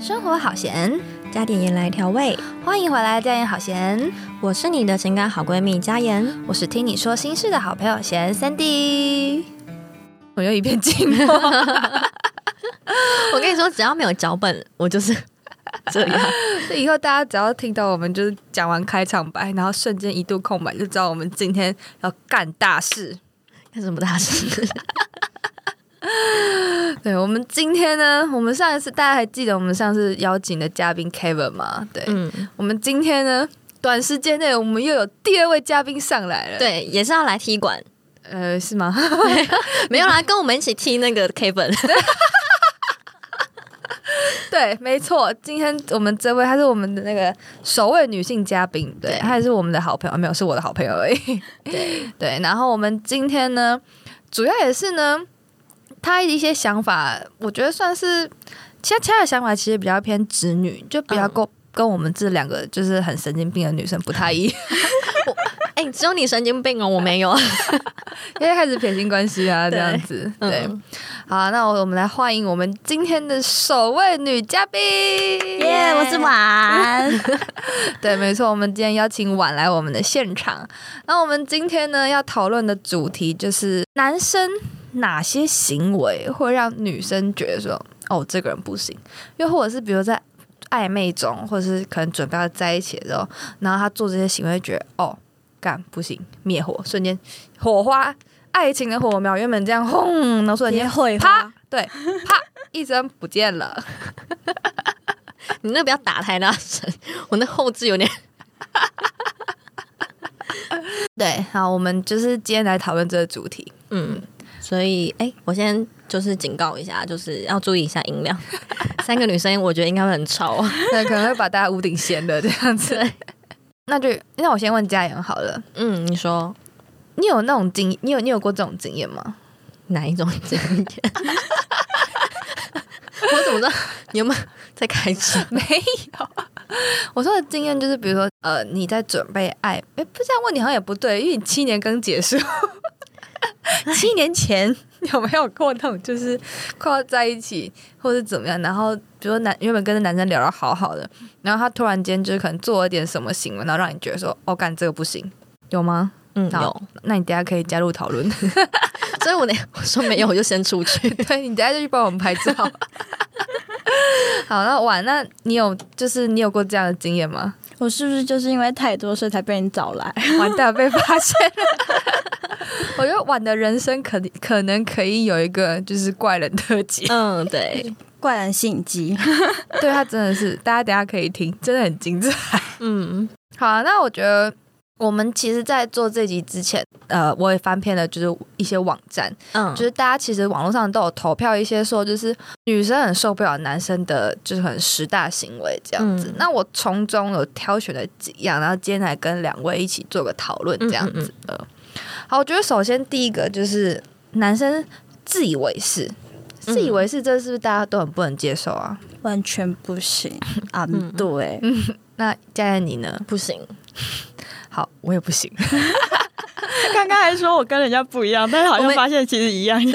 生活好咸，加点盐来调味。欢迎回来，家言好咸，我是你的情感好闺蜜佳妍。我是听你说心事的好朋友咸 Sandy。我又一片静 默。我跟你说，只要没有脚本，我 就是这样。所以以后大家只要听到我们就是讲完开场白，然后瞬间一度空白，就知道我们今天要干大事。 干什么大事？对我们今天呢，我们上一次大家还记得我们上次邀请的嘉宾 Kevin 吗？对，嗯，我们今天呢，短时间内我们又有第二位嘉宾上来了。，对，也是要来踢馆，呃，是吗？没有啦，跟我们一起踢那个 K 本。对，没错，今天我们这位她是我们的那个首位女性嘉宾，对，对她也是我们的好朋友，啊没有是我的好朋友而已。对， 对，然后我们今天呢，主要也是呢，她一些想法，我觉得算是，其实她的想法其实比较偏直女，就比较嗯跟、跟我们这两个就是很神经病的女生不太一样，哎、只有你神经病哦，我没有。 因为开始撇清关系啊，这对样子。 对，嗯好，那我我们来欢迎我们今天的首位女嘉宾， 耶我是 婉。对，没错，我们今天邀请婉来我们的现场。那我们今天呢要讨论的主题就是男生哪些行为会让女生觉得说，哦，这个人不行，又或者是比如在暧昧中，或者是可能准备要在一起的时候，然后他做这些行为，觉得哦，干不行，灭火，瞬间火花，爱情的火苗原本这样轰，然后瞬间会啪，对，啪一声不见了。你那不要打太大声，我那后置有点。对，好，我们就是今天来讨论这个主题。嗯，所以哎、我先就是警告一下，就是要注意一下音量。 三个女生，我觉得应该会很吵。对， 可能会把大家屋顶掀了这样子。那就那我先问嘉言好了，嗯，你说你有那种经，你有你有过这种经验吗？哪一种经验？ 我怎么知道你有没有在开车？ 没有，我说的经验就是，比如说，呃，你在准备爱，哎，不这样问你好像也不对，因为你七年刚结 束，七年前有没有过那种就是快要在一起或者怎么样，然后比如说男原本跟这男生聊得好好的，然后他突然间就是可能做了点什么行为，然后让你觉得说，哦，干这个不行，有吗？嗯，好有。那你等一下可以加入讨 论，所以我得我说没有，我就先出去。对你等一下就去帮我们拍 照。好，那婉，那你有就是你有过这样的经验 吗？ 我是不是就是因为太多所以才被你找来？完蛋，被发现了。我觉得婉的人生可能可能可以有一个就是怪人特辑，嗯，对， 怪人性急， 对他真的是，大家等一下可以听，真的很精彩。嗯， 好啊、那我觉得我们其实，在做这集之前，呃，我也翻遍了就是一些网站，嗯，就是大家其实网络上都有投票一些说，就是女生很受不了男生的，就是很十大行为这样子。嗯那我从中有挑选了几样，然后今天来跟两位一起做个讨论这样子。嗯嗯呃好，我觉得首先第一个就是男生自以为是，自以为是，这是不是大家都很不能接受啊？完全不行啊！嗯对，那佳佳你呢？不行，好，我也不行。 刚刚还说我跟人家不一样，但是好我们现其实一样。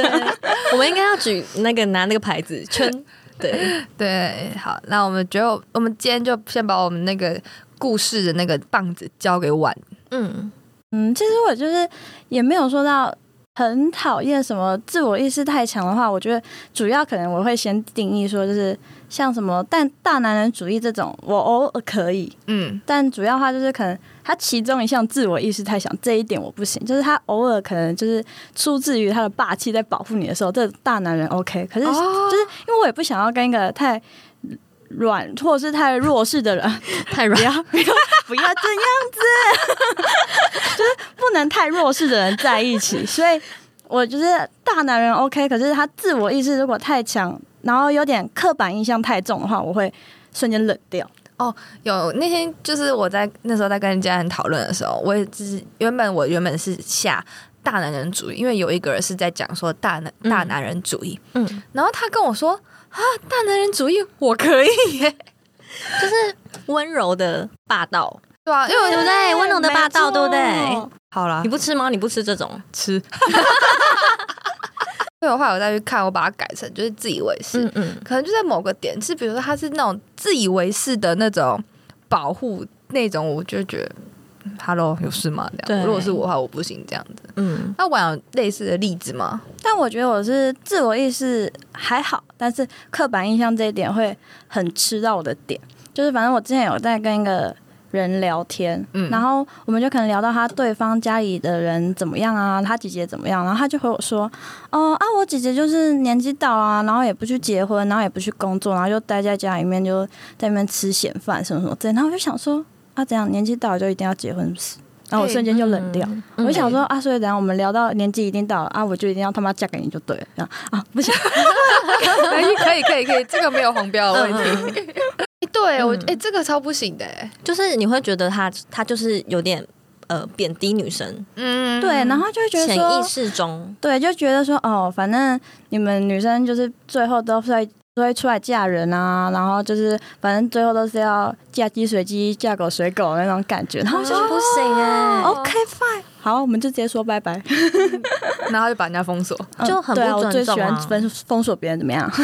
我们应该要举那个拿那个牌子圈，对， 对，好，那我们觉得我们今天就先把我们那个故事的那个棒子交给婉。嗯嗯，其实我就是也没有说到很讨厌什么自我意识太强的话，我觉得主要可能我会先定义说，就是像什么但大男人主义这种，我偶尔可以，嗯，但主要话就是可能他其中一项自我意识太强，这一点我不行。就是他偶尔可能就是出自于他的霸气在保护你的时候，这大男人 OK。可是哦就是因为我也不想要跟一个太软或是太弱势的人，太软不，要不要不要这样子， 就是不能太弱势的人在一起。所以我觉得大男人 OK，可是他自我意识如果太强，然后有点刻板印象太重的话，我会瞬间冷掉。有那天就是我在那时候在跟家人讨论的时候，我也就是原本我原本是下大男人主义，因为有一个人是在讲说大男嗯大男人主义，嗯，然后他跟我说啊，大男人主义我可以耶，温柔的霸道， 对啊，因为我对不对？温柔的霸道，对不对？啊没错 好啦 你，不吃吗？你不吃这种？吃所以我后来我再去看，我把它改成就是自以为是，嗯嗯，可能就在某个点是，比如说他是那种自以为是的那种保护那种，我就觉得。嗯 Hello，有事吗？这样，对如果是我的话，我不行这样子。嗯，那我有类似的例子吗？但我觉得我是自我意识还好，但是刻板印象这一点会很吃到我的点。就是反正我之前有在跟一个人聊天，嗯然后我们就可能聊到他对方家里的人怎么样啊，他姐姐怎么样，然后他就回我说，哦啊，我姐姐就是年纪到啊，然后也不去结婚，然后也不去工作，然后就待在家里面就在那边吃闲饭什么什么之类的。然后我就想说，啊，怎样年纪到了就一定要结婚是不是？然后我瞬间就冷掉。嗯，我就想说啊，所以等下我们聊到年纪一定到了啊，我就一定要他妈嫁给你就对了，这样啊不行，可以，哎可以，可以，可以，这个没有黄标的问题。嗯嗯诶对我，哎嗯、这个超不行的、哎诶就是你会觉得他他就是有点呃贬低女生，嗯，对，然后就会觉得潜说意，识中，对，就觉得说哦，反正你们女生就是最后都是会都会出来嫁人啊，然后就是反正最后都是要嫁鸡随鸡，嫁狗随狗那种感觉，嗯然后我就不行哎、哦 OK fine，好，我们就直接说拜拜，然后就把人家封锁。嗯就很不对啊，我最尊喜重啊欢封封锁别人怎么样？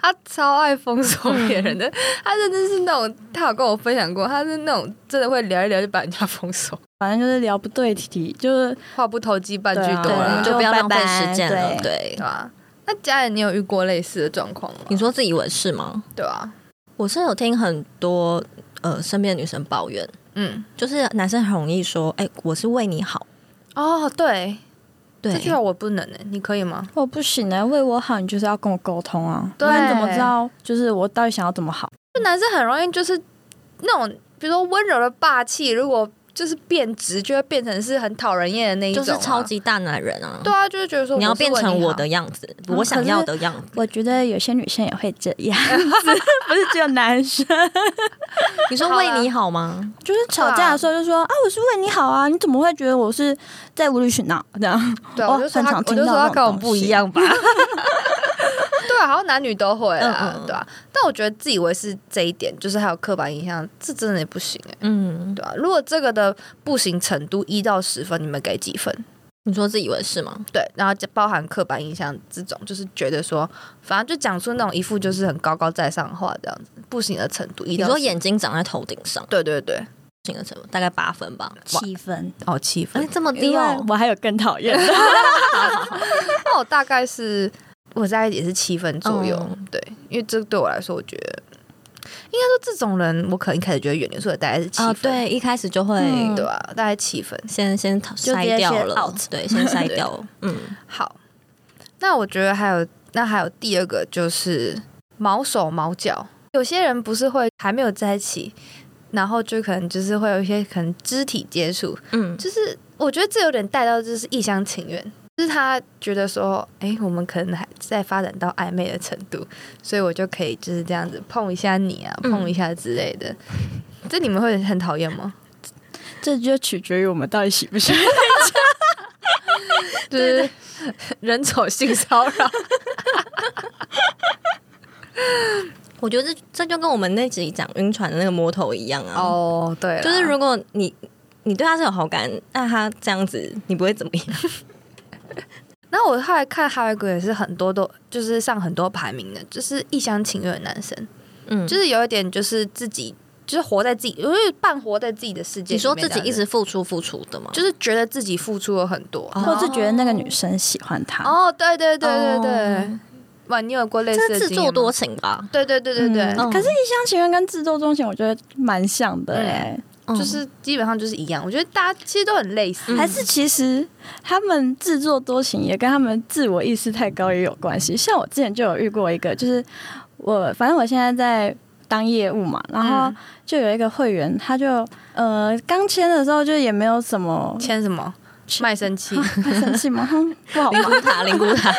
他超爱封锁别人的， 他真的是那种，他有跟我分享过，他是那种真的会聊一聊就把人家封锁，反正就是聊不对题，就是话不投机半句多对啊啦，对，对就不要浪费拜拜时间了，对。吧？那家人，你有遇过类似的状况吗？你说自以为是吗？对啊吧？我是有听很多呃身边的女生抱怨，嗯，就是男生很容易说，哎、我是为你好，哦，对，对这，句话我不能诶，你可以吗？我不行哎、为我好，你就是要跟我沟通啊，不对然怎么知道就是我到底想要怎么好？就男生很容易就是那种，比如说温柔的霸气，如果就是变直，就会变成是很讨人厌的那一就种、啊是超。级大男人啊，对啊，就是觉得说你要是为变成我好的样子，嗯我想要的样子。我觉得有些女生也会这样子， 不是只有 男生。 你说为你好吗？就是吵架的时候就说啊，我是为你好啊，你怎么会觉得我是在无理取闹这样？对啊，哇我哦就说他，很我常就听说他到这种跟我东不一西样吧。对啊，好像男女都会啊，嗯嗯对啊。但我觉得自以为是这一点，就是还有刻板印象，这真的也不行哎、嗯，对啊。如果这个的不行程度一到十分，你们给几分？你说自以为是吗？对，然后就包含刻板印象这种，就是觉得说，反正就讲出那种一副就是很高高在上的话这样子，不行的程度一你到10说眼睛长在头顶上，对对对，行了，什么大概八分吧？哇，分哦七哎、分，这么因低为哦！我还有更讨 厌的，哎那我大概是我大概也是七分左右，嗯对，因为这对我来说，我觉得应该说这种人，我可能一开始觉得远离，所以大概是七啊、分，对，一开始就会、嗯对吧、大概七分。先先筛掉了，就直接 对，先筛掉了。嗯，好，那我觉得还有那还有第二个就是毛手毛脚，有些人不是会还没有在一起，然后就可能就是会有一些可能肢体接触，嗯，就是我觉得这有点带到就是一厢情愿，就是他觉得说，哎、我们可能还在发展到暧昧的程度，所以我就可以就是这样子碰一下你啊，嗯碰一下之类的。这你们会很讨厌 吗？这就取决于我们到底喜不喜欢。 就是人丑性骚 扰，我觉得这这就跟我们那集讲晕船的那个魔头一样啊。哦，对啦，就是如果你你对他是有好感，那他这样子你不会怎么样。然后我后来看还有一个也是很多都就是上很多排名的，就是一厢情愿的男生，嗯，就是有一点就是自己就是活在自己，就是半活在自己的世界你里面这说样子。自己一直付出付出的嘛，就是觉得自己付出了很多。哦或是觉得那个女生喜欢他，哦，对对对对对哦，哇，你有过类似这的是自经验作吗多？情吧？对对对对对，嗯可是一厢情愿跟自作多情，我觉得蛮像的哎、就嗯是基本上就是一样。我觉得大家其实都很类似，嗯还是其实他们自作多情也跟他们自我意识太高也有关系。像我之前就有遇过一个，就是我反正我现在在当业务嘛，然后嗯就有一个会员，他就呃刚签的时候就也没有 什么签什么卖身契，会生气吗？哼不好灵吧，骨塔，灵骨塔，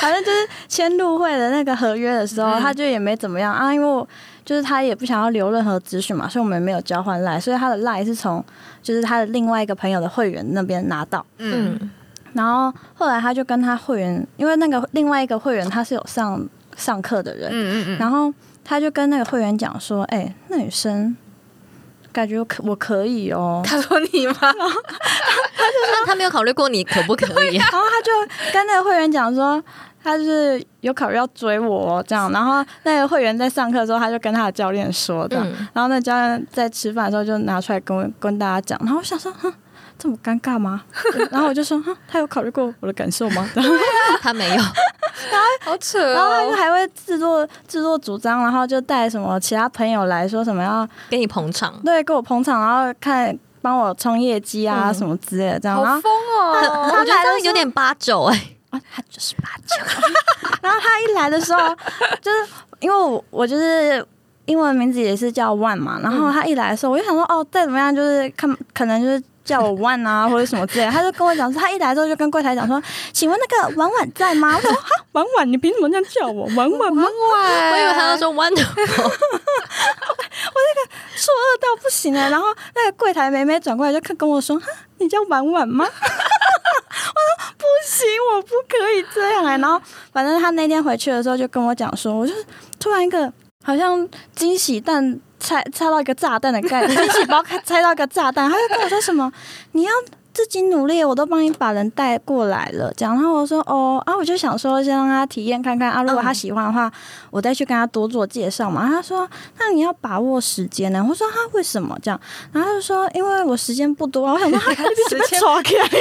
反正就是签入会的那个合约的时候，嗯他就也没怎么样啊，因为我。就是他也不想要留任何资讯嘛，所以我们没有交换赖，所以他的赖是从就是他的另外一个朋友的会员那边拿到，嗯，嗯，然后后来他就跟他会员，因为那个另外一个会员他是有上上课的人，嗯嗯嗯，然后他就跟那个会员讲说：“哎、那女生感觉我可我可以哦。他说你吗？ 那他没有考虑过你可不可以啊？然后他就跟那个会员讲说，他就是有考虑要追我、哦、这样。然后那个会员在上课的时候，他就跟他的教练说的。嗯，然后那教练在吃饭的时候就拿出来跟我跟大家讲。然后我想说，哼，这么尴尬吗？然后我就说，哼，他有考虑过我的感受吗？ 他没有，好扯然后他就哦！还会自作自作主张，然后就带什么其他朋友来说什么要给你捧场，对给我捧场，然后看帮我冲业绩啊、嗯什么之类的这样。好然后疯哦！我觉得这样有点八九哎，啊，他就是八九。 然后他一来的时候，就是因为我我就是英文名字也是叫 One 嘛，然后他一来的时候，我就想说哦，再怎么样就是看可能就是。叫我 One 啊，或者什么之类的，他就跟我讲说，他一来之后就跟柜台讲说，请问那个婉婉在吗？我说哈，婉婉，你凭什么这样叫我婉婉吗？哇，我以为他要说 wonderful，错愕到不行啊了。然后那个柜台妹妹转过来就看跟我说：“哈，你叫婉婉吗？” 我说：“不行，我不可以这样啊。”然后反正她那天回去的时候就跟我讲说，我就突然一个好像惊喜蛋拆拆到一个炸弹的概念，惊 喜包开拆到一个炸弹，她就跟我说什么：“你要。”自己努力，我都帮你把人带过来了。这样，然后我说哦啊，我就想说先让他体验看看啊，如果他喜欢的话，我再去跟他多做介绍嘛。啊他说那你要把握时间啊呢。我说他为什么这样？然后他就说因为我时间不多啊。我想 说他时间抓起来，时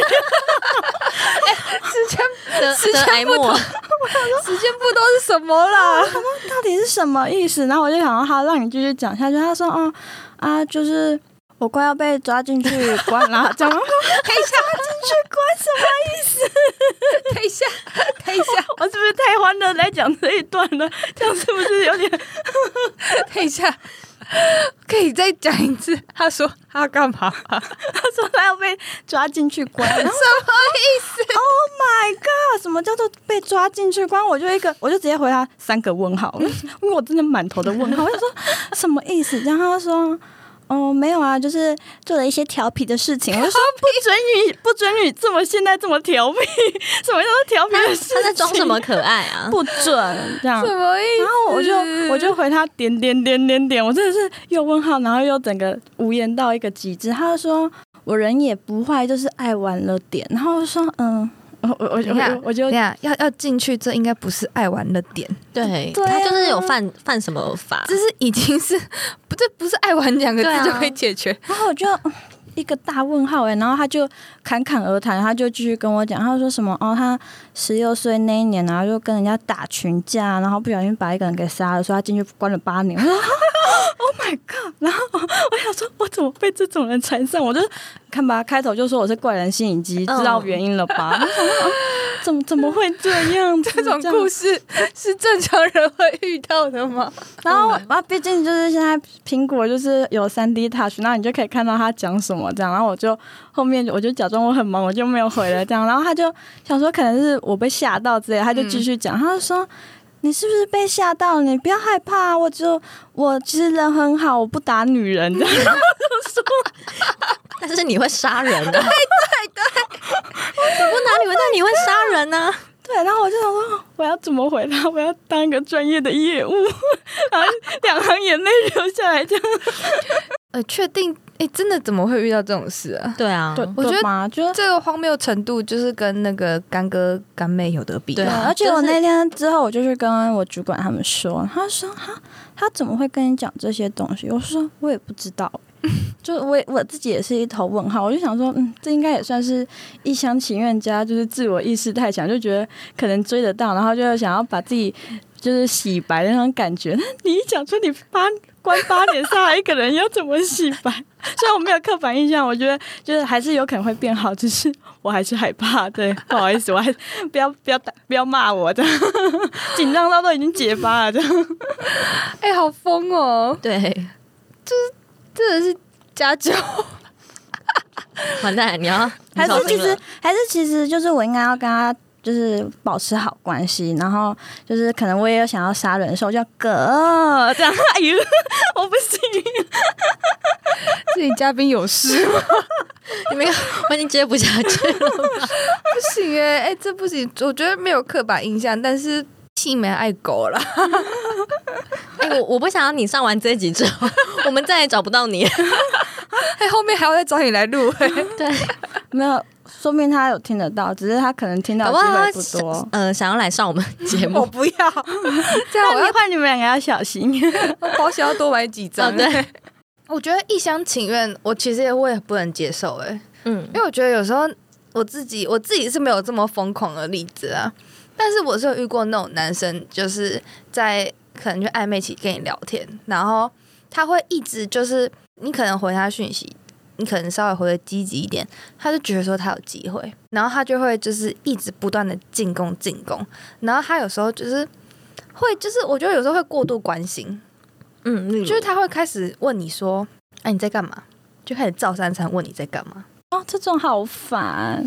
间得时得间癌不末，时间不都是什么啦？ 到底是什么意思？然后我就想说好，让你继续讲下去。他说哦啊，就是我快要被抓进去关了， 这样。我说等一下，进去关什么意思？ 等一下，我是不是太欢乐来讲这一段了？这样是不是有点？等一下，等一下，可以再讲一次。他说他要干嘛？他说他要被抓进去关，然后什么意思？ Oh my god！什么叫做被抓进去关？我就一个，我就直接回他三个问号，嗯 因为我真的满头的问号。我就说什么意思？然后他说。哦，没有啊，就是做了一些调皮的事情。我就说不准你，不准你这么现在这么调皮， 什么叫做调皮他的事情？他在装什么？可爱啊？不准这样。什么意思？嗯然后我就我就回他点点点点点，我真的是又问号，然后又整个无言到一个极致。他就说我人也不坏，就是爱玩了点。然后我就说嗯，我我我等一下我我就等一下要要进去，这应该不是爱玩的点，对，对啊他就是有犯犯什么法这，是已经是 不这不是爱玩两个对啊字就可以解决。然后我就嗯一个大问号哎、然后他就侃侃而谈，他就继续跟我讲，他说什么哦，他十六岁那一年，然后就跟人家打群架，然后不小心把一个人给杀了，说他进去关了八年。我 说 Oh my god！然后我想说，我怎么被这种人缠上？我就看吧，开头就说我是怪人吸引机，嗯知道原因了吧？我想说哦怎么怎么会这样子？ 这种样故事是正常人会遇到的 吗？哦然后啊，毕竟就是现在苹果就是有三 D Touch，那你就可以看到他讲什么这样。然后我就后面我就假装我很忙，我就没有回了这样。然后他就想说可能是我被吓到之类的，他就继续讲，他就说。你是不是被吓到？你不要害怕啊、我就我其实人很好，我不打女人的。然后我就说但是你会杀人啊！对对对，我哪里会？但你会杀人啊呢？ 对，然后我就想说我要怎么回答？我要当一个专业的业务， 然后两行眼泪流下来，这样。呃，确定？哎、真的怎么会遇到这种事啊？对啊，我觉得对吧就是这个荒谬程度就是跟那个干哥干妹有得比对啊啊。而且就是我那天之后，我就去跟我主管他们说，他说哈，他怎么会跟你讲这些东西？我说我也不知道，欸 就我也我自己也是一头问号。我就想说，嗯，这应该也算是一厢情愿家，就是自我意识太强，就觉得可能追得到，然后就想要把自己就是洗白的那种感觉。 你一讲出你八关八年杀了一个人，要怎么洗白？ 虽然我没有刻板印象，我觉得就是还是有可能会变好，只是我还是害怕。对，不好意思，我还不要不要打不要骂我这样， 紧张到都已经结巴了这样。哎、好疯哦！对，真的是家 教，完蛋，你要 你还小是其心实了还是其实就是我应该要跟他就是保持好关系，然后就是可能我也有想要杀人的时候，我就要哥这样。 哎呦，我不行，自己嘉宾有事吗？你没有，我已经接不下去了。 不行哎、哎、这不行，我觉得没有刻板印象，但是戏没爱狗啦。 哎，我我不想要你上完这一集之后，我们再也找不到你。哎、后面还要再找你来录、哎对，没有，说明他有听得到，只是他可能听到搞不的好机他会不多。呃想要来上我们节 我目，不要， 这样我那要你换你们两个要小心。 我保险要多买几张、哦对， 我觉得一厢情愿，我其实也我也不能接受哎、嗯因为我觉得有时候我自己我自己是没有这么疯狂的例子啊，但是我是有遇过那种男生，就是在可能就暧昧期跟你聊天，然后他会一直就是你可能回他讯息，你可能稍微回的积极一点，他就觉得说他有机会，然后他就会就是一直不断的进攻进攻，然后他有时候就是会就是我觉得有时候会过度关心，嗯，例如就是他会开始问你说，哎、你在干嘛？就开始照三餐问你在干嘛。哦，这种好烦。啊，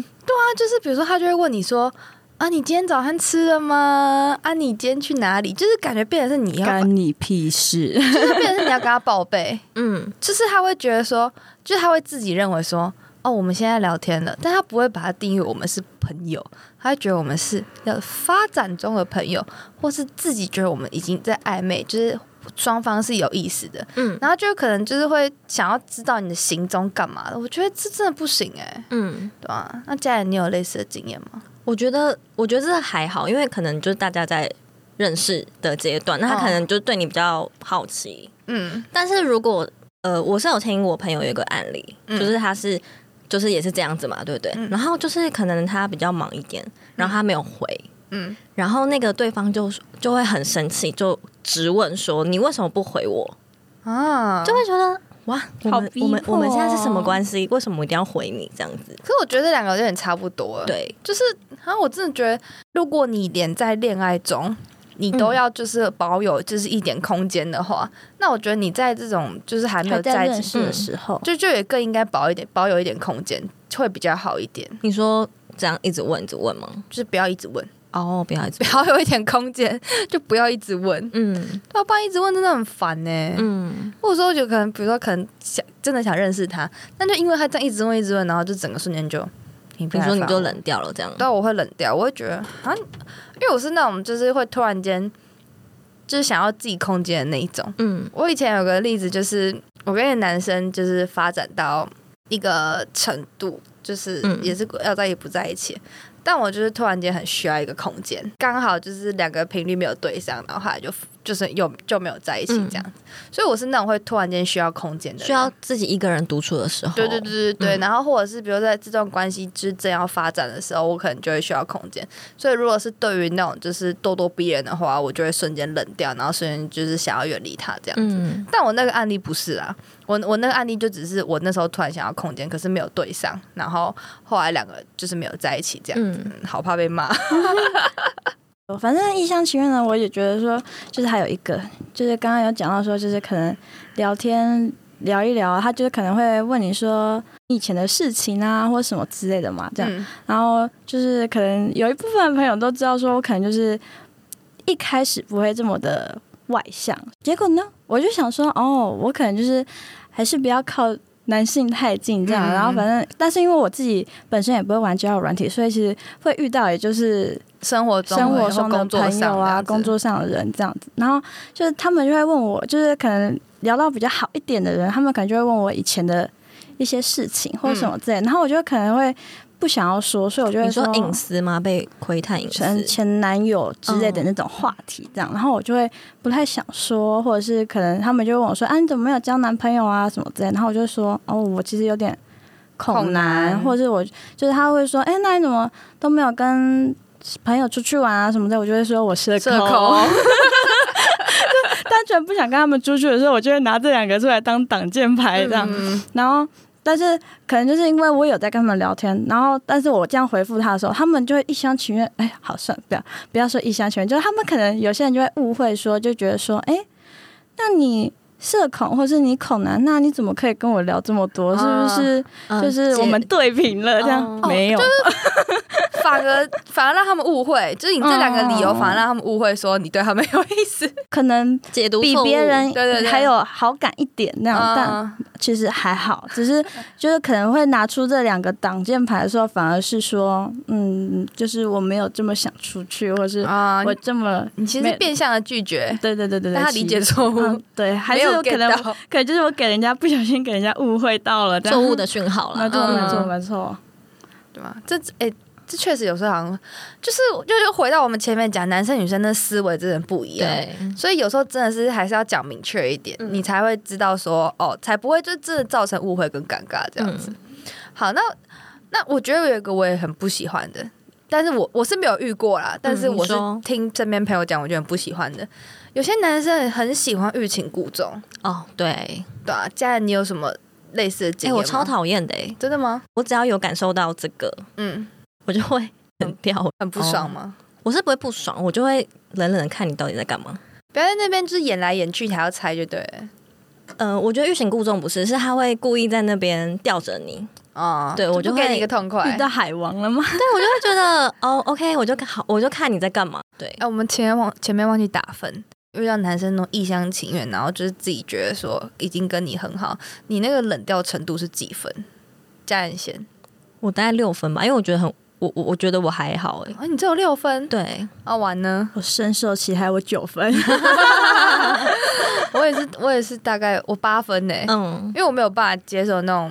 就是比如说他就会问你说。啊，你今天早餐吃了吗？啊，你今天去哪里？就是感觉变成是你要，干你屁事！就是变成是你要跟他报备，嗯就是他会觉得说，就是他会自己认为说，哦，我们现在聊天了，但他不会把它定义为我们是朋友，他会觉得我们是要发展中的朋友，或是自己觉得我们已经在暧昧，就是双方是有意思的，嗯然后就可能就是会想要知道你的行踪干嘛的。我觉得这真的不行哎、嗯，对啊，那家人你有类似的经验吗？我觉得我觉得这还好，因为可能就是大家在认识的阶段，那他可能就对你比较好奇，嗯，但是如果呃，我是有听我朋友有一个案例，嗯就是他是就是也是这样子嘛，对不对？嗯然后就是可能他比较忙一点，然后他没有回，嗯然后那个对方就就会很生气，就质问说你为什么不回我？啊，就会觉得哇，我好们逼我们迫我们现在是哦什么关系？为什么我一定要回你这样子？可是我觉得两个有点差不多。，对，就是好像我真的觉得，如果你连在恋爱中，你都要就是保有就是一点空间的话，那我觉得你在这种就是还没有还在在一认起，识的时候，就就也更应该保一点保有一点空间，会比较好一点。你说这样一直问一直问吗？就是不要一 直问，哦，不要一直问，保有一点空间，就不要一直问，嗯要啊不然一直问真的很烦欸呢、嗯，或者说，就可能比如说，可能想真的想认识他，但就因为他这样一直问一直问，然后就整个瞬间就，你你说你就冷。冷掉了这样，对啊，我会冷掉，我会觉得啊，因为我是那种就是会突然间就是想要自己空间的那一种。嗯我以前有个例子，就是我跟一个男生就是发展到一个程度，就是嗯也是要在也不在一起，但我就是突然间很需要一个空间，刚好就是两个频率没有对上，然后后来就就是又就没有在一起嗯这样子。所以我是那种会突然间需要空间的人，需要自己一个人独处的时候，对对对对对，嗯然后或者是比如在这段关系之正要发展的时候，我可能就会需要空间。所以如果是对于那种就是咄咄逼人的话，我就会瞬间冷掉，然后瞬间就是想要远离他这样。嗯。但我那个案例不是啊，我我那个案例就只是我那时候突然想要空间，可是没有对上，然后后来两个就是没有在一起这样。嗯嗯好怕被骂，反正一厢情愿呢，我也觉得说，就是还有一个，就是刚刚有讲到说，就是可能聊天聊一聊，他就是可能会问你说你以前的事情啊，或什么之类的嘛，这样。嗯然后就是可能有一部分朋友都知道，说我可能就是一开始不会这么的外向，结果呢，我就想说，哦，我可能就是还是不要靠男性太近这样。嗯然后反正，但是因为我自己本身也不会玩交友软体，所以其实会遇到，也就是 生活中生或活者中的工作朋友上啊，工作上的人这样子。然后就是他们就会问我，就是可能聊到比较好一点的人，他们可能就会问我以前的一些事情或什么之类的。然后我就可能会不想要说，所以我就会你说隐私。私吗？被窥探隐私？前前男友之类的那种话题，这样，然后我就会不太想说，或者是可能他们就会问我说：“啊，你怎么没有交男朋友啊？什么之类的。”然后我就说：“哦，我其实有点恐恐男，男或者是我就是他会说：‘哎、那你怎么都没有跟朋友出去玩啊什么的？’我就会说我社社恐， 恐，单纯不想跟他们出去的时候，我就会拿这两个出来当挡箭牌这样。嗯然后，但是可能就是因为我有在跟他们聊天，然后但是我这样回复他的时候，他们就会一厢情愿。哎，好算了不要不要说一厢情愿，就是他们可能有些人就会误会说，就觉得说，哎，那你社恐或是你恐男，哎那你怎么可以跟我聊这么多？啊是不是嗯就是我们对平了？这样、哦没有，反反而反而让他们误会，就是你这两个理由嗯反而让他们误会说你对他没有意思。可能解读比错误别人对对对还有好感一点那样，但嗯其实还好，只是就是可能会拿出这两个挡箭牌的时候，反而是说，嗯，就是我没有这么想出去，或是啊，我你这么，你其没实变相的拒绝，对对对对对，但他理解错其实误嗯，对，还没是有有可 get 能，到。可能就是我给人家不小心给人家误会到了错误，的讯号这样没了。错没嗯错没错，对吧？这哎、这确实有时候好像就是就就回到我们前面讲，男生女生的思维真的不一样。对，所以有时候真的是还是要讲明确一点，嗯你才会知道说哦，才不会就真的造成误会跟尴尬这样嗯子。好，那那我觉得有一个我也很不喜欢的，但是我我是没有遇过啦，但是嗯你我是说听身边朋友讲，我觉得很不喜欢的。有些男生很喜欢欲擒故纵，哦，对，对啊，家人你有什么类似的哎，经验吗？我超讨厌的欸，真的吗？我只要有感受到这个，嗯，我就会很掉。很不爽吗？我是不会不爽，我就会冷冷的看你到底在干嘛。不要在那边就是演来演去还要猜就对了呃，我觉得欲擒故纵不是，是他会故意在那边吊着你。 哦，对我就就不会给你一个痛快遇。到海王了吗？对，我就会觉得哦，OK，我就看好，我就看你在干嘛。对，哎、我们前面忘前面忘记打分，遇到男生那种一厢情愿，然后就是自己觉得说已经跟你很好，你那个冷掉程度是几分？家人先，我大概六分吧，因为我觉得很，我我我觉得我还好哎、啊，你只有六分，对，啊，完 呢，我深受其害，我九分，我也是，我也是大概我八分呢、嗯因，为我没有办法接受那种。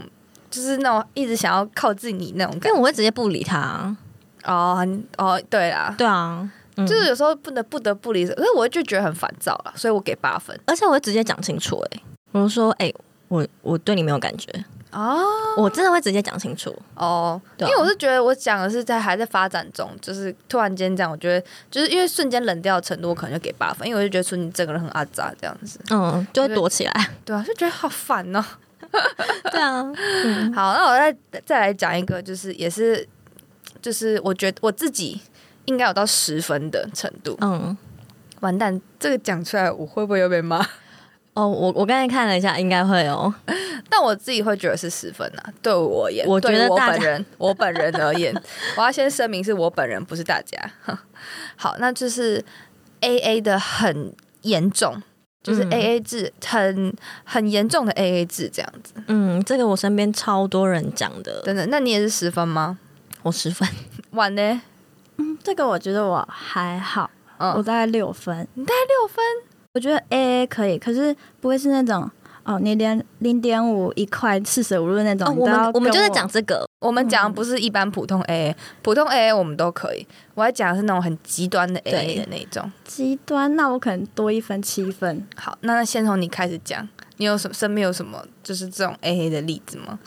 就是那种一直想要靠近你那种因感为觉我会直接不理他。啊哦你哦，对啦，对啊，嗯、就是有时候不能不得不理解，可是我就觉得很烦躁了，所以我给八分而且我会直接讲清楚哎、我就说哎、我我对你没有感觉，哦我真的会直接讲清楚。哦，因对啊为我是觉得我讲的是在还在发展中，就是突然间这样，我觉得就是因为瞬间冷掉的程度，我可能就给八分，因为我就觉得说你整个人很阿杂这样子，嗯，就会躲起来。对啊，就觉得好烦哦、 对啊，嗯，好，那我再再来讲一个，就是也是就是我觉得我自己应该有到十分的程度，嗯，完蛋，这个讲出来我会不会又被骂？哦，我我刚才看了一下，应该会哦。但我自己会觉得是十分啊，对我而言，我觉得对我大家本人， 我本人而言，我要先声明是我本人，不是大家。 好，那就是 A A 的很严重，就是嗯 A A 制、很很严重的 A A 制这样子，嗯，这个我身边超多人讲的，等等，那你也是十分吗？我十分。晚呢？ 这个我觉得我还好，我嗯，大概六分，六分我觉得 A A 可以，可是不会是那种哦，你连零点五一块四舍五入那种。哦，你都我要们我们就跟在讲这个，我们嗯讲的不是一般普通 A A，、普通 A A 我们都可以，我还讲的是那种很极端的 A 对 A 的那种。极端，那我可能多一分七分。好，那先从你开始讲，你有什么身边有什么就是这种 A A 的例子吗？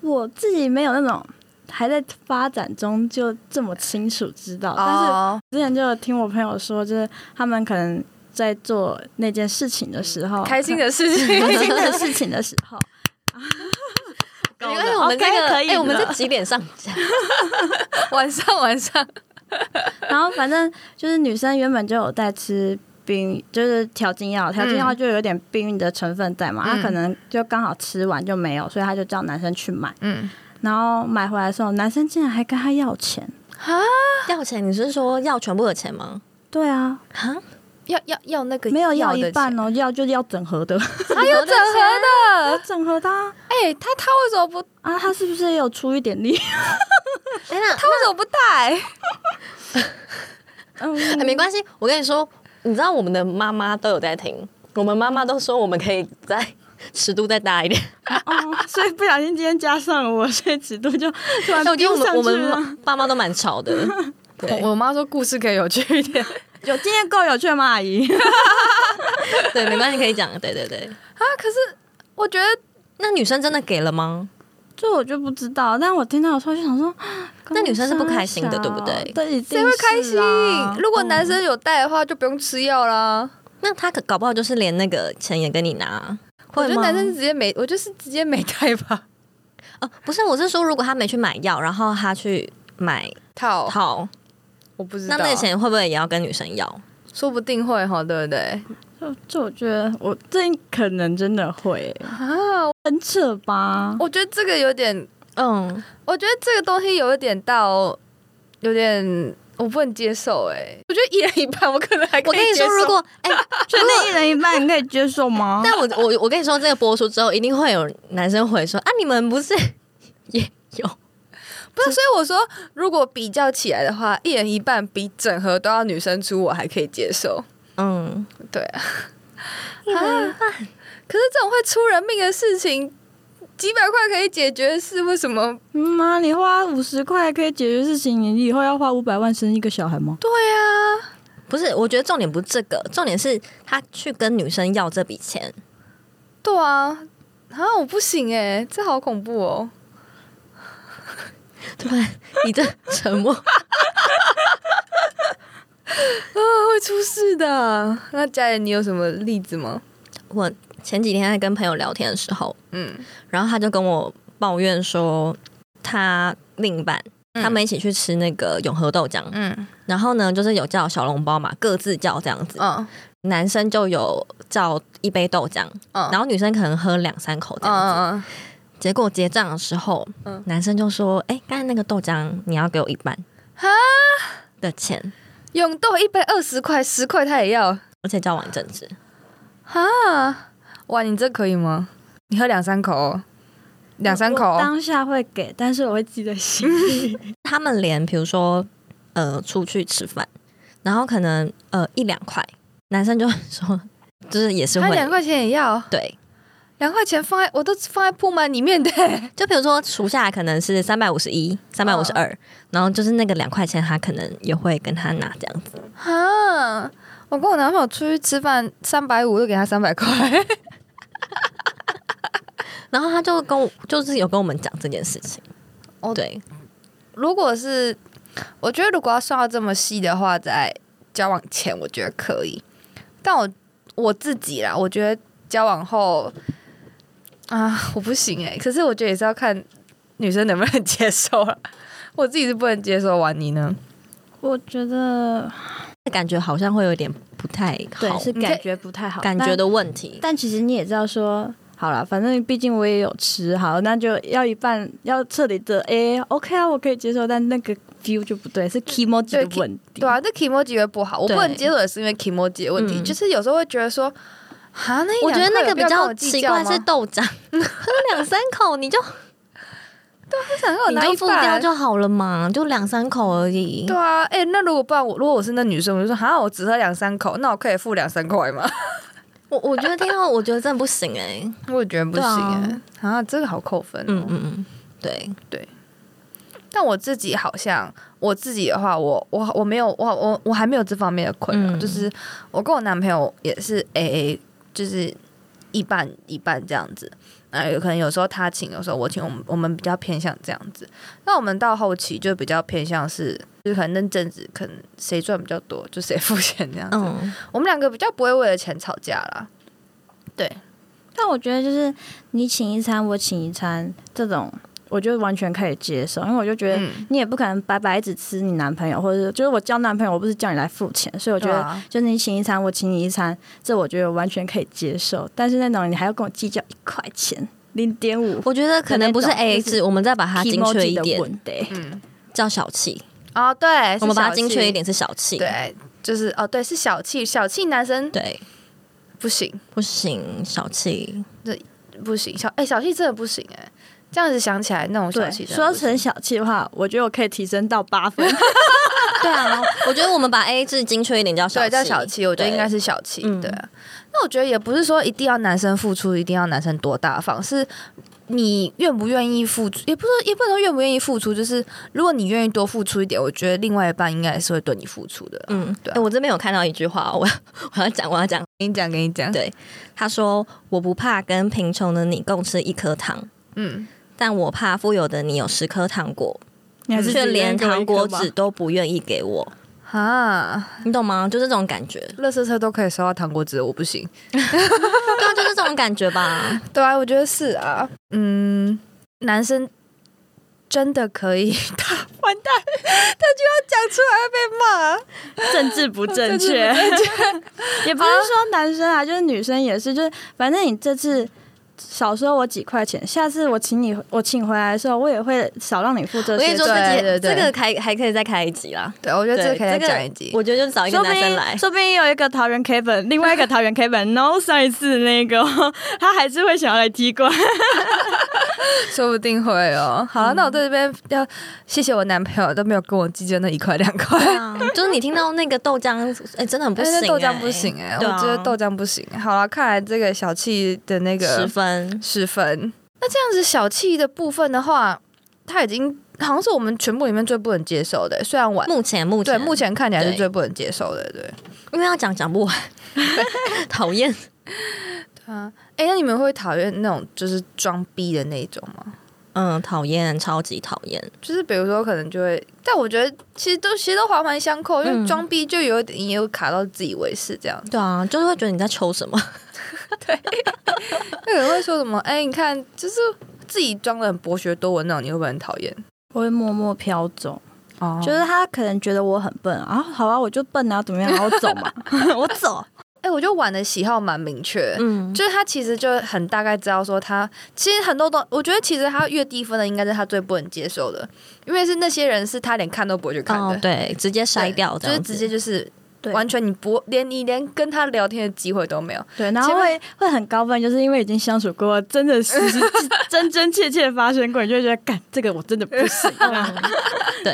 我自己没有那种还在发展中就这么清楚知道，但是哦之前就有听我朋友说，就是他们可能在做那件事情的时候，开心的事情， 开 心的事情的时候。因高为了我哦们这 OK，个，可以哎，我们了在几点上架？晚上晚上， 然后反正就是女生原本就有在吃冰，就是调经药，调经药就有点避孕的成分在嘛，她、嗯可能就刚好吃完就没有，所以她就叫男生去买，嗯，然后买回来的时候，男生竟然还跟她要钱。 要钱？你是说要全部的钱吗？对啊，啊，要要要那个没有要要一 半哦，要就是要整合的，还有整合的要整合的啊，哎、他他为什么不啊他是不是也有出一点力？钱？哎，他为什么不带？那哎没关系，我跟你说，你知道我们的妈妈都有在听，我们妈妈都说我们可以再尺度再大一点。哦，所以不小心今天加上我，所以尺度就突然但我觉得我丢上们我去们了。妈爸妈都蛮吵 的。对我妈说故事可以有趣一 点。有今天够有趣吗，阿姨？对，没关系，可以讲。对对对，我觉得那女生真的给了吗？这我就不知道，但我听到的时候就想说， 那女生是不开心的对不对对，一定谁会开心是啊？如果男生有带的话，就不用吃药啦。那他可搞不好就是连那个钱也跟你拿，我会觉得吗？男生直接没，我就是直接没带吧。哦，不是，我是说，如果他没去买药，然后他去买套，套，我不知道，那那个钱会不会也要跟女生要？说不定会哈，对不对？这这我觉得我这可能真的会啊，很扯吧？我觉得这个有点，嗯，我觉得这个东西有一点到有点我不能接受哎、我觉得一人一半，我可能还可我以跟你接说，受如果 哎，所以那一人一半，你可以接受哦吗？但我我我跟你说，这个播出之后，一定会有男生回说啊，你们不是也有？不是，所以我说，如果比较起来的话，一人一半比整盒都要女生出，我还可以接受。嗯，对啊，一人一半。啊可是这种会出人命的事情，几百块可以解决的事，为什么？嗯啊，你花五十块可以解决事情，你以后要花五百万生一个小孩吗？对啊，不是，我觉得重点不是这个，重点是他去跟女生要这笔钱。对啊，啊，我不行哎、这好恐怖哦！突然，你这沉默，啊，会出事的。啊那家人，你有什么例子吗？我前几天在跟朋友聊天的时候，嗯，然后他就跟我抱怨说，他另一半嗯他们一起去吃那个永和豆浆，嗯然后呢，就是有叫小笼包嘛，各自叫这样子，嗯男生就有叫一杯豆浆，嗯，然后女生可能喝两三口这嗯样子。嗯结果结账的时候，嗯男生就说：“哎、刚才那个豆浆你要给我一半哈的钱，嗯，永豆一杯二十块，十块他也要。而且交往一阵子。哈，哇，你这可以吗？你喝两三口哦、两三口我哦、当下会给，但是我会记在心。 他们连比如说呃出去吃饭，然后可能呃一两块，男生就会说 就是也是他会两块钱也要，对，两块钱放在我都放在铺满里面的、就比如说除下来可能是三百五十一、三百五十二，然后就是那个两块钱他可能也会跟他拿这样子。哈，我跟我男朋友出去吃饭，三百五就给他三百块，然后他就跟我就是有跟我们讲这件事情。哦对，如果是，我觉得如果要算到这么细的话，在交往前我觉得可以，但我我自己啦，我觉得交往后啊，我不行哎、 可是我觉得也是要看女生能不能接受了， 我自己是不能接受完，你呢？我觉得感觉好像会有点不太对好，是你可以感觉不太好，感觉的问题但。。但其实你也知道说。好了，反正毕竟我也有吃，好，那就要一半，要彻底的，哎、o k 啊，我可以接受，但那个 feel 就不对，是 k i m o j i 的问题。对啊，这 emoji 会不好，我不对能接受也是因为 emoji 的问题，嗯就是有时候会觉得说，啊，那一我觉得两块那个有比必要跟较我计奇较怪吗是豆 浆，喝两三口你就我想跟我你拿就一付掉半。就好了嘛，就两三口而已对。啊，哎、那如果不然我，如果我是那女生，我就说哈，我只喝两三口，那我可以付两三块吗？我我觉得听到我觉得真的不行哎、 我也觉得不行哎对、啊这个好扣分、哦。嗯嗯嗯，对，但我自己好像我自己的话，我我我没有我我我还没有这方面的困扰、嗯就是我跟我男朋友也是 A A，就是一半一半这样子。那有可能有时候他请，有时候我请，我们我们比较偏向这样子。那我们到后期就比较偏向是，就是可能那阵子可能谁赚比较多，就谁付钱这样子。嗯，我们两个比较不会为了钱吵架啦。对，但我觉得就是你请一餐，我请一餐这种，我就完全可以接受，因为我就觉得嗯，你也不可能白白只吃你男朋友，或者是就是我交男朋友，我不是叫你来付钱，所以我我觉得就是你请一餐，我请你一餐，这我觉得完全可以接受。但是那种你还要跟我计较一块钱，零点五，我觉得可能不是那种 A A 就是制，我们再把它精确一点，对，嗯，叫小气。哦，对，是我们把小它精确气一，点是小气。对，就是哦，对，是小气，小气男生对，不行，不行，小气。不行，小哎、小气真的不行哎、这样子想起来，那种小对，气真的说不行成小气的话，我觉得我可以提升到八 分。对啊，我觉得我们把 A A 制精确一点叫小对气，叫小气，我觉得应该是是小气，嗯对啊。那我觉得也不是说一定要男生付出，一定要男生多大方，是你愿不愿意付出，也不是说也不能说愿不愿意付出，就是如果你愿意多付出一点，我觉得另外一半应该也是会对你付出的。嗯。对啊诶我这边有看到一句话，我要我要讲，我要讲。给你讲，给你讲，对他说：“我不怕跟贫穷的你共吃一颗糖，嗯，但我怕富有的你有十颗糖果，你还是却自己连扔给我糖一颗果吧纸都不愿意给我。哈，你懂吗？就这种感觉，垃圾车都可以收到糖果纸，我不行。对啊，就是这种感觉 吧。对啊，我觉得是啊，嗯，男生真的可 以，他完蛋，政治不正确， 也不是说男生啊，就是女生也是，就是反正你这次少收我几块钱，下次我请你我请回来的时候，我也会少让你付这我些跟钱。你说，这对集对对这个还还可以再开一集啦。对，我觉得这个对可以再这个讲一集。我觉得就找一个说不男生定来，说不定有一个桃园 Kevin，另外一个桃园 Kevin，然后上一次那个 他还是会想要来踢 馆。说不定会哦。好了，那我在这边要谢谢我男朋友都没有跟我计较那一块两块。对 啊 就是你听到那个豆浆，哎、真的很不但行、是欸，豆浆 不行哎、我对啊觉得豆浆不行。好了，看来这个小气的那十个分，十分。那这样子小气的部分的话，他已经好像是我们全部里面最不能接受的、欸虽然晚，目前目前对目前看起来是对最不能接受的，对。因为要讲讲不 完，讨厌。啊，哎、那你们会讨厌那种就是装逼的那一种吗？嗯，讨厌，超级讨厌。就是比如说，可能就会，但我觉得其实都其实都环环相扣，因为嗯装逼就有点也有卡到自以为是这样。对啊，就是会觉得你在抽什 么。那有人会说什么？哎、你看，就是自己装的很博学多闻那种，你会不会很讨厌？我会默默飘走，哦就是他可能觉得我很笨啊，好啊，我就笨啊，怎么样，然后走嘛，我走。哎、我觉得碗的喜好蛮明确。嗯，就是他其实就很大概知道说他其实很多东，我觉得其实他越低分的应该是他最不能接受的，因为是那些人是他连看都不会去看的，哦，对，直接对筛掉这就样是子，直接就是对完全你不连你连跟他聊天的机会都没有。对，然后前会会很高分，就是因为已经相处过，真的是真真切切地发生过，你就会觉得，干这个我真的不行 啊。 对，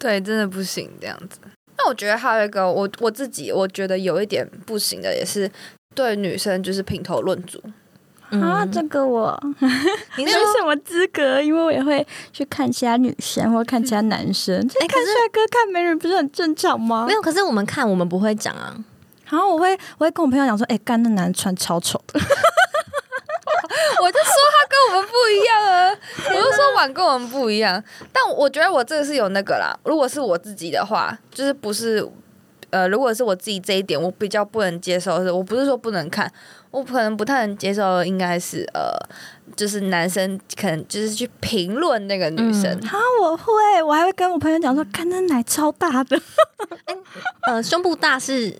对，真的不行这样子。那我觉得还有一个，我我自己我觉得有一点不行的，也是对女生就是评头论足。啊，嗯，这个我你没说有什么资格，因为我也会去看其他女生或看其他男生。这哎可看是帅哥、看美女不是很正常吗没？有。可是我们看，我们不会讲啊。然后我会我会跟我朋友讲说，哎、干那男人穿超丑的，我就说他跟我们不一样啊，我就说碗跟我们不一样。但我觉得我这个是有那个啦，如果是我自己的话，就是不是呃，如果是我自己这一点，我比较不能接受的是，我不是说不能看，我可能不太能接受，应该是呃，就是男生可能就是去评论那个女生。嗯然后我会我还会跟我朋友讲说，干那奶超大的，呃，胸部大是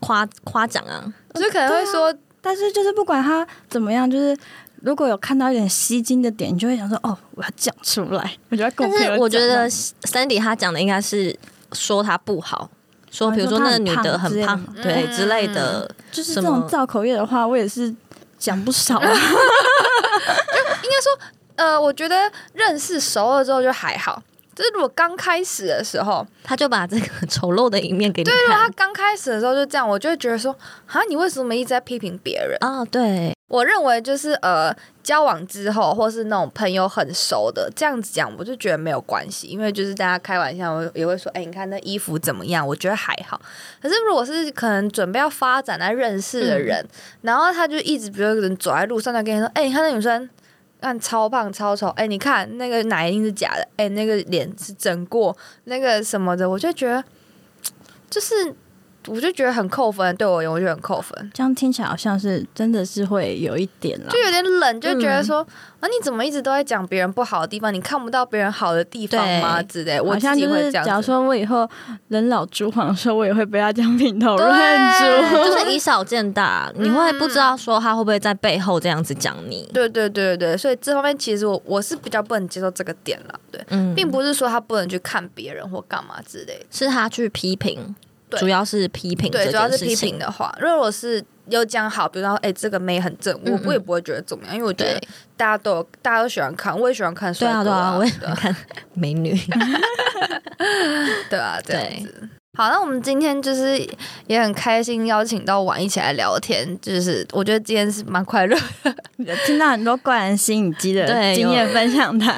夸夸奖啊，就是可能会说，但是就是不管他怎么样，就是。如果有看到一点吸睛的点，你就会想说：“哦，我要讲出来。”我就要跟但我朋友是我觉讲啊得 Sandy 他讲的应该是说他不好，说哦比如说说她那个很女的胖之很类的胖吗，对嗯之类的，就是什这种么造口业的话，我也是讲不少、啊。 呃，我觉得认识熟了之后就还好。就是如果刚开始的时候，他就把这个丑陋的一面给你对，如啊果他看。刚开始的时候就这样，我就会觉得说，啊，你为什么一直在批评别人？啊， 对，我认为就是呃，交往之后或是那种朋友很熟的这样子讲，我就觉得没有关系，因为就是大家开玩笑我也会说，哎、你看那衣服怎么样？我觉得还好。可是如果是可能准备要发展来认识的人，然后他就一直比如有人走在路上，他跟你说，哎、你看那女生。看超胖超丑，哎、你看那个奶一定是假的，哎、那个脸是整过，那个什么的，我就觉得，就是我就觉得很扣分，对我而言，我觉得很扣分。这样听起来好像是真的是会有一点啦就。有点冷，就觉得说、嗯啊，你怎么一直都在讲别人不好的地方，你看不到别人好的地方吗？对之类，我好自像己就会是，这假样如子。说我以后人老珠黄的时候，我也会被他这样评 头论对足。就是以小见大，你会不知道说他会不会在背后这样子讲你。对对对对对，所以这方面其实我我是比较不能接受这个点了，对，嗯，并不是说他不能去看别人或干嘛之类的，是他去批评，对主要是批评对，这主要件是事批评情。的话，如果是有讲好，比如说哎、这个妹很正，我嗯嗯我也不会觉得怎么样，因为我觉得对大家都有大家都喜欢看，我也喜欢看对帅啊，哥对啊，我也对啊看美女。对啊，这样对子。好，那我们今天就是也很开心，邀请到婉一起来聊天，就是我觉得今天是蛮快乐，听到很多怪人吸引机的对经验分享谈，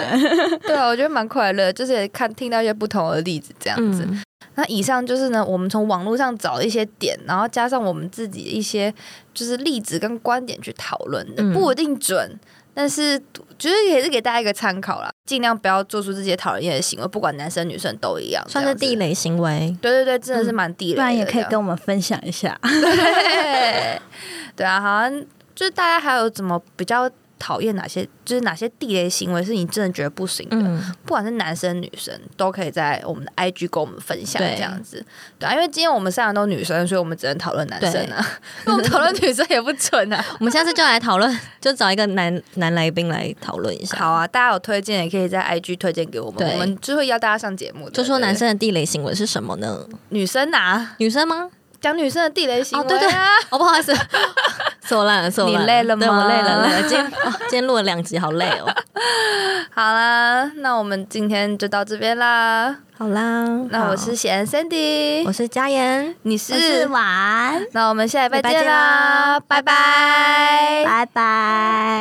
对啊，我觉得蛮快 乐，就是也看听到一些不同的例子这样子。嗯，那以上就是呢，我们从网络上找一些点，然后加上我们自己一些就是例子跟观点去讨论的，嗯不一定准，但是就是也是给大家一个参考啦，尽量不要做出这些讨人厌的行为，不管男生女生都一样，算是地雷。雷行为。对对对，真的是蛮地雷不的这样、然也可以跟我们分享一下。对，对啊，好像就是大家还有怎么比较讨厌哪些，就是哪些地雷行为是你真的觉得不行的。嗯，不管是男生女生，都可以在我们的 IG 跟我们分享对这样子，对啊，因为今天我们三个都女生，所以我们只能讨论男生啊，因为 我们讨论女生也不准啊。我们下次就来讨论， 就找一个男男来宾来讨论一下。好啊，大家有推荐也可以在 IG 推荐给我们，对我们就会邀大家上节目的。就说对男、生的地雷行为是什么呢？对女生啊，女生吗？讲女生的地雷行为啊，哦对对哦，不好意 思，错了，错了，你累了吗对我累了，累了。今天、 哦、今天录了两集，好累哦。好啦，那我们今天就到这边啦。好啦，那我是贤 Sandy，我是佳妍，你我是是，晚安，那我们下礼拜礼拜见见啦，啦拜拜。拜拜。